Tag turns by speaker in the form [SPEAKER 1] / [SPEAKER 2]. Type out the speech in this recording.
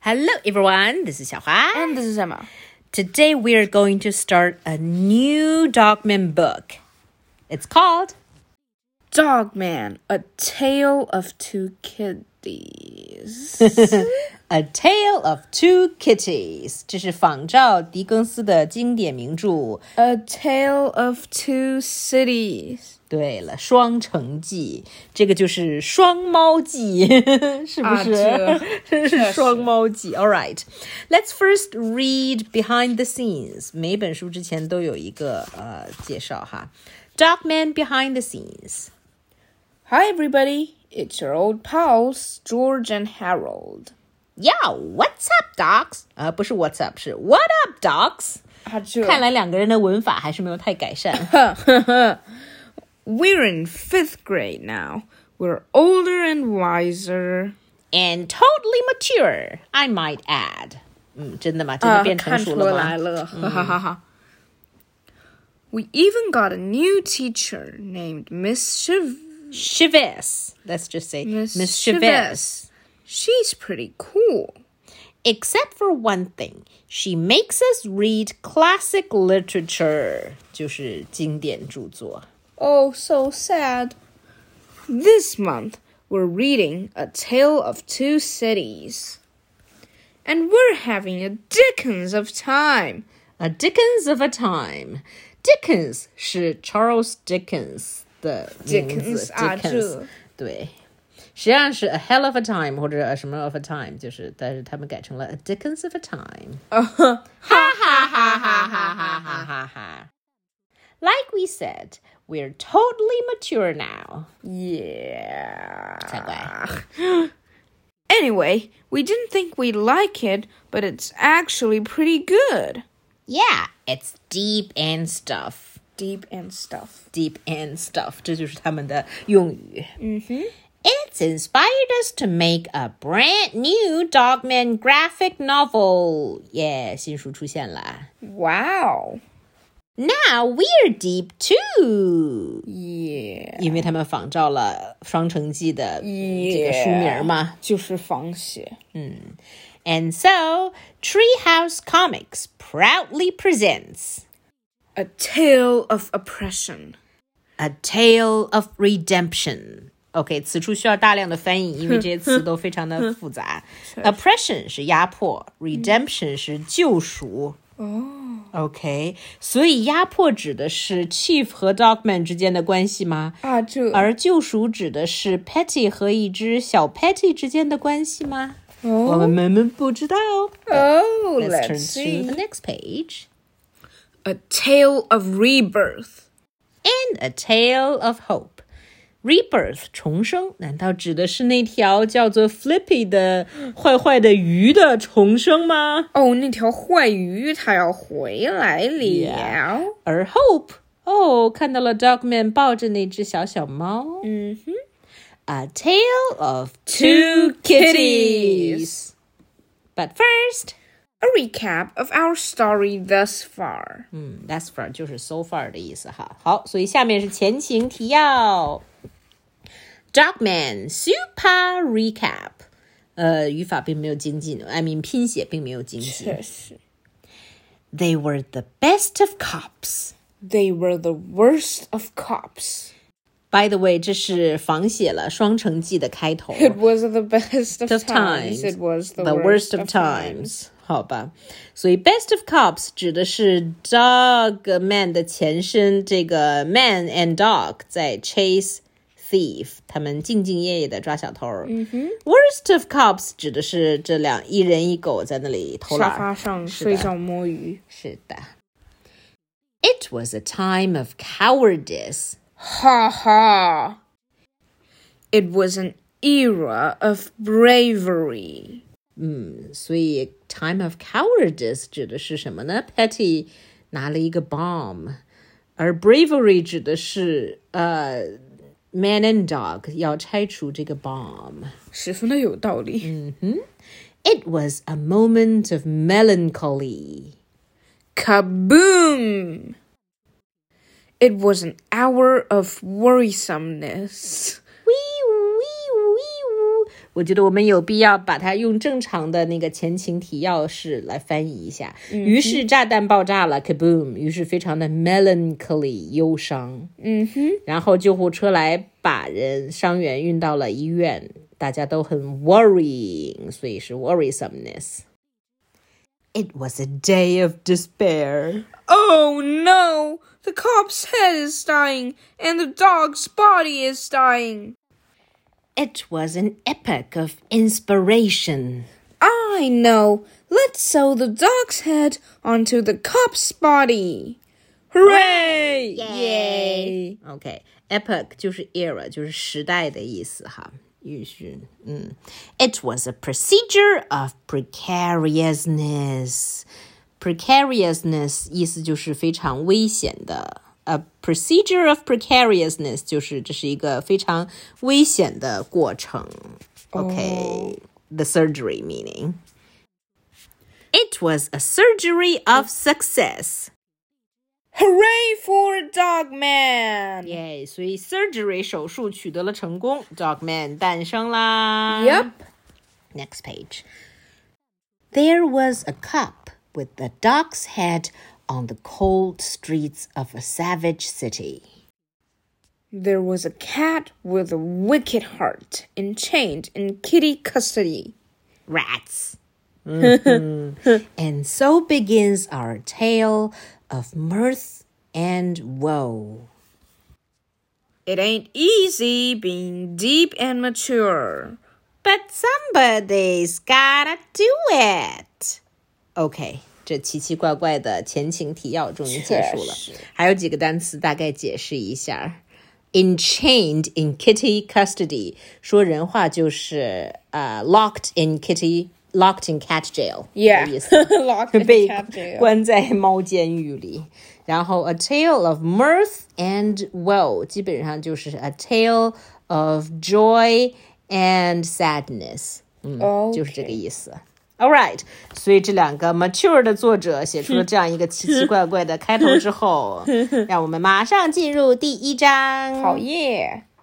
[SPEAKER 1] Hello everyone, this is Xiaohua.
[SPEAKER 2] And this is Emma.
[SPEAKER 1] Today we are going to start a new document book. It's called
[SPEAKER 2] Dog Man, A Tale of Two Kitties.
[SPEAKER 1] A Tale of Two Kitties，这是仿照狄更斯的经典名著。
[SPEAKER 2] A Tale of Two Cities.
[SPEAKER 1] 对了，《双城记》这个就是《双猫记》， 是不是？
[SPEAKER 2] 啊
[SPEAKER 1] 这 是《双猫记》。All right, let's first read behind the scenes。每本书之前都有一个呃介绍哈。Dogman behind the scenes。
[SPEAKER 2] Hi, everybody. It's your old pals, George and Harold.
[SPEAKER 1] Yo, what's up, dogs？啊、不是 What's up，是 What up, dogs？看来两个人的文法还是没有太改善。
[SPEAKER 2] We're in fifth grade now. We're older and wiser.
[SPEAKER 1] And totally mature, I might add。嗯，真的吗？
[SPEAKER 2] Ah,
[SPEAKER 1] 真的变成熟了吗？
[SPEAKER 2] 看出来了，哈哈哈哈。We even got a new teacher named Miss Shiv.
[SPEAKER 1] mischievous. Let's just say mischievous.
[SPEAKER 2] Mischievous. She's pretty cool.
[SPEAKER 1] Except for one thing, she makes us read classic literature. 就是经典著作。
[SPEAKER 2] Oh, so sad. This month, we're reading A Tale of Two Cities. And we're having a dickens of time.
[SPEAKER 1] A Dickens of a Time. Dickens 是 Charles Dickens 的名字。
[SPEAKER 2] Dickens，啊，这。
[SPEAKER 1] 对。实际上是 a hell of a time 或者 a 什么 of a time，就是但是他们改成了 a Dickens of a time。哈哈哈哈哈哈哈哈哈！Like we said, we're totally mature now.
[SPEAKER 2] Yeah.
[SPEAKER 1] 才怪。
[SPEAKER 2] Anyway, we didn't think we'd like it, but it's actually pretty good.
[SPEAKER 1] Yeah, it's deep and stuff.
[SPEAKER 2] Deep and stuff.
[SPEAKER 1] Deep and stuff. 这就是他们的用语。It's inspired us to make a brand new Dogman graphic novel. Yeah, 新书出现了。
[SPEAKER 2] Wow.
[SPEAKER 1] Now we're deep too.
[SPEAKER 2] Yeah.
[SPEAKER 1] 因为他们仿照了《双城记》的这个书名嘛。
[SPEAKER 2] 就是仿写。
[SPEAKER 1] And so Treehouse Comics proudly presents
[SPEAKER 2] A Tale of Oppression.
[SPEAKER 1] A Tale of Redemption. OK，此处需要大量的翻译，因为这些词都非常 的复杂。Oppression 是压迫，redemption
[SPEAKER 2] 嗯
[SPEAKER 1] 是救赎。哦，OK，所以压迫指的是 Chief 和 Dogman 之间的关系吗？
[SPEAKER 2] 啊，这
[SPEAKER 1] 而救赎指的是 Patty 和一只小 Patty 之间的关系吗？我们们们不知道。哦
[SPEAKER 2] Oh,
[SPEAKER 1] Let's
[SPEAKER 2] 哦 let's,
[SPEAKER 1] turn
[SPEAKER 2] see.
[SPEAKER 1] to the next page.
[SPEAKER 2] A Tale of Rebirth.
[SPEAKER 1] And a tale of hope. Rebirth 重生，难道指的是那条叫做 Flippy 的坏坏的鱼的重生吗？
[SPEAKER 2] 哦，那条坏鱼它要回来了。
[SPEAKER 1] 而 hope 哦，看到了 Dogman 抱着那只小小猫。嗯哼，A tale of two
[SPEAKER 2] Two
[SPEAKER 1] kitties.
[SPEAKER 2] kitties.
[SPEAKER 1] But first.
[SPEAKER 2] A recap of our story thus far.
[SPEAKER 1] 嗯，that's far 就是 so far 的意思哈。好，所以下面是前情提要。Dogman super recap，呃，语法并没有精进，I mean 拼写并没有精进。They were the best of cops。
[SPEAKER 2] They were the worst of cops.
[SPEAKER 1] By the way，这是仿写了《双城记》的开头。
[SPEAKER 2] It was the best of,
[SPEAKER 1] of
[SPEAKER 2] times.
[SPEAKER 1] times.
[SPEAKER 2] It was the,
[SPEAKER 1] the worst of times. 好吧，所以 best of cops 指的是 dog man 的前身，这个 man and dog 在 chase thief，他们兢兢业业的抓小偷。嗯哼，worst of cops 指的是这两一人一狗在那里偷懒儿。
[SPEAKER 2] 沙发上睡觉摸鱼。
[SPEAKER 1] 是的。It was a time of cowardice.
[SPEAKER 2] Ha ha! It was an era of bravery.
[SPEAKER 1] 所以 time of cowardice 指的是什么呢？Patty 拿了一个 bomb，而 bravery 指的是呃 man and dog 要拆除这个 bomb。
[SPEAKER 2] 十分的有道理。
[SPEAKER 1] It was a moment of melancholy.
[SPEAKER 2] Kaboom! It was an hour of worrisomeness.
[SPEAKER 1] Wee woo, wee woo, wee woo. 我觉得我们有必要把它用正常的那个前情提要式来翻译一下。于是炸弹爆炸了，kaboom！于是非常的 melancholy 忧伤。
[SPEAKER 2] 嗯哼，
[SPEAKER 1] 然后救护车来把人伤员运到了医院，大家都很 worrying，所以是 worrisomeness。It was a day of despair.
[SPEAKER 2] Oh no! The cop's head is dying, and the dog's body is dying.
[SPEAKER 1] It was an epoch of inspiration.
[SPEAKER 2] I know! Let's sew the dog's head onto the cop's body. Hooray!
[SPEAKER 1] Yay! OK, epoch 就是 era，就是时代的意思哈。也许，嗯，It was a procedure of precariousness. Precariousness 意思就是非常危险的。A procedure of precariousness 就是这是一个非常危险的过程。OK, the surgery meaning. It was a surgery of success.
[SPEAKER 2] Hooray for a dog man!
[SPEAKER 1] 耶！所以 surgery 手术取得了成功，Dogman 诞生啦。
[SPEAKER 2] Yep.
[SPEAKER 1] Next page. There was a cop with a dog's head on the cold streets of a savage city.
[SPEAKER 2] There was a cat with a wicked heart, enchained in kitty custody.
[SPEAKER 1] Rats. Mm-hmm. and so begins our tale of mirth and woe.
[SPEAKER 2] It ain't easy being deep and mature.
[SPEAKER 1] But somebody's gotta do it. OK，这奇奇怪怪的前情提要终于结束了
[SPEAKER 2] 确实，
[SPEAKER 1] 还有几个单词大概解释一下。Enchained in kitty custody，说人话就是呃、locked in kitty locked in cat jail 的意
[SPEAKER 2] Yeah.
[SPEAKER 1] 思
[SPEAKER 2] Locked in
[SPEAKER 1] 被
[SPEAKER 2] cat jail.
[SPEAKER 1] 关在猫监狱里。然后，A Tale of Mirth and Woe 基本上就是 A Tale of Joy and Sadness，嗯
[SPEAKER 2] Okay.
[SPEAKER 1] 就是这个意思。All right，所以这两个 mature 的作者写出了这样一个奇奇怪怪的开头之后，让我们马上进入第一章。
[SPEAKER 2] Oh yeah.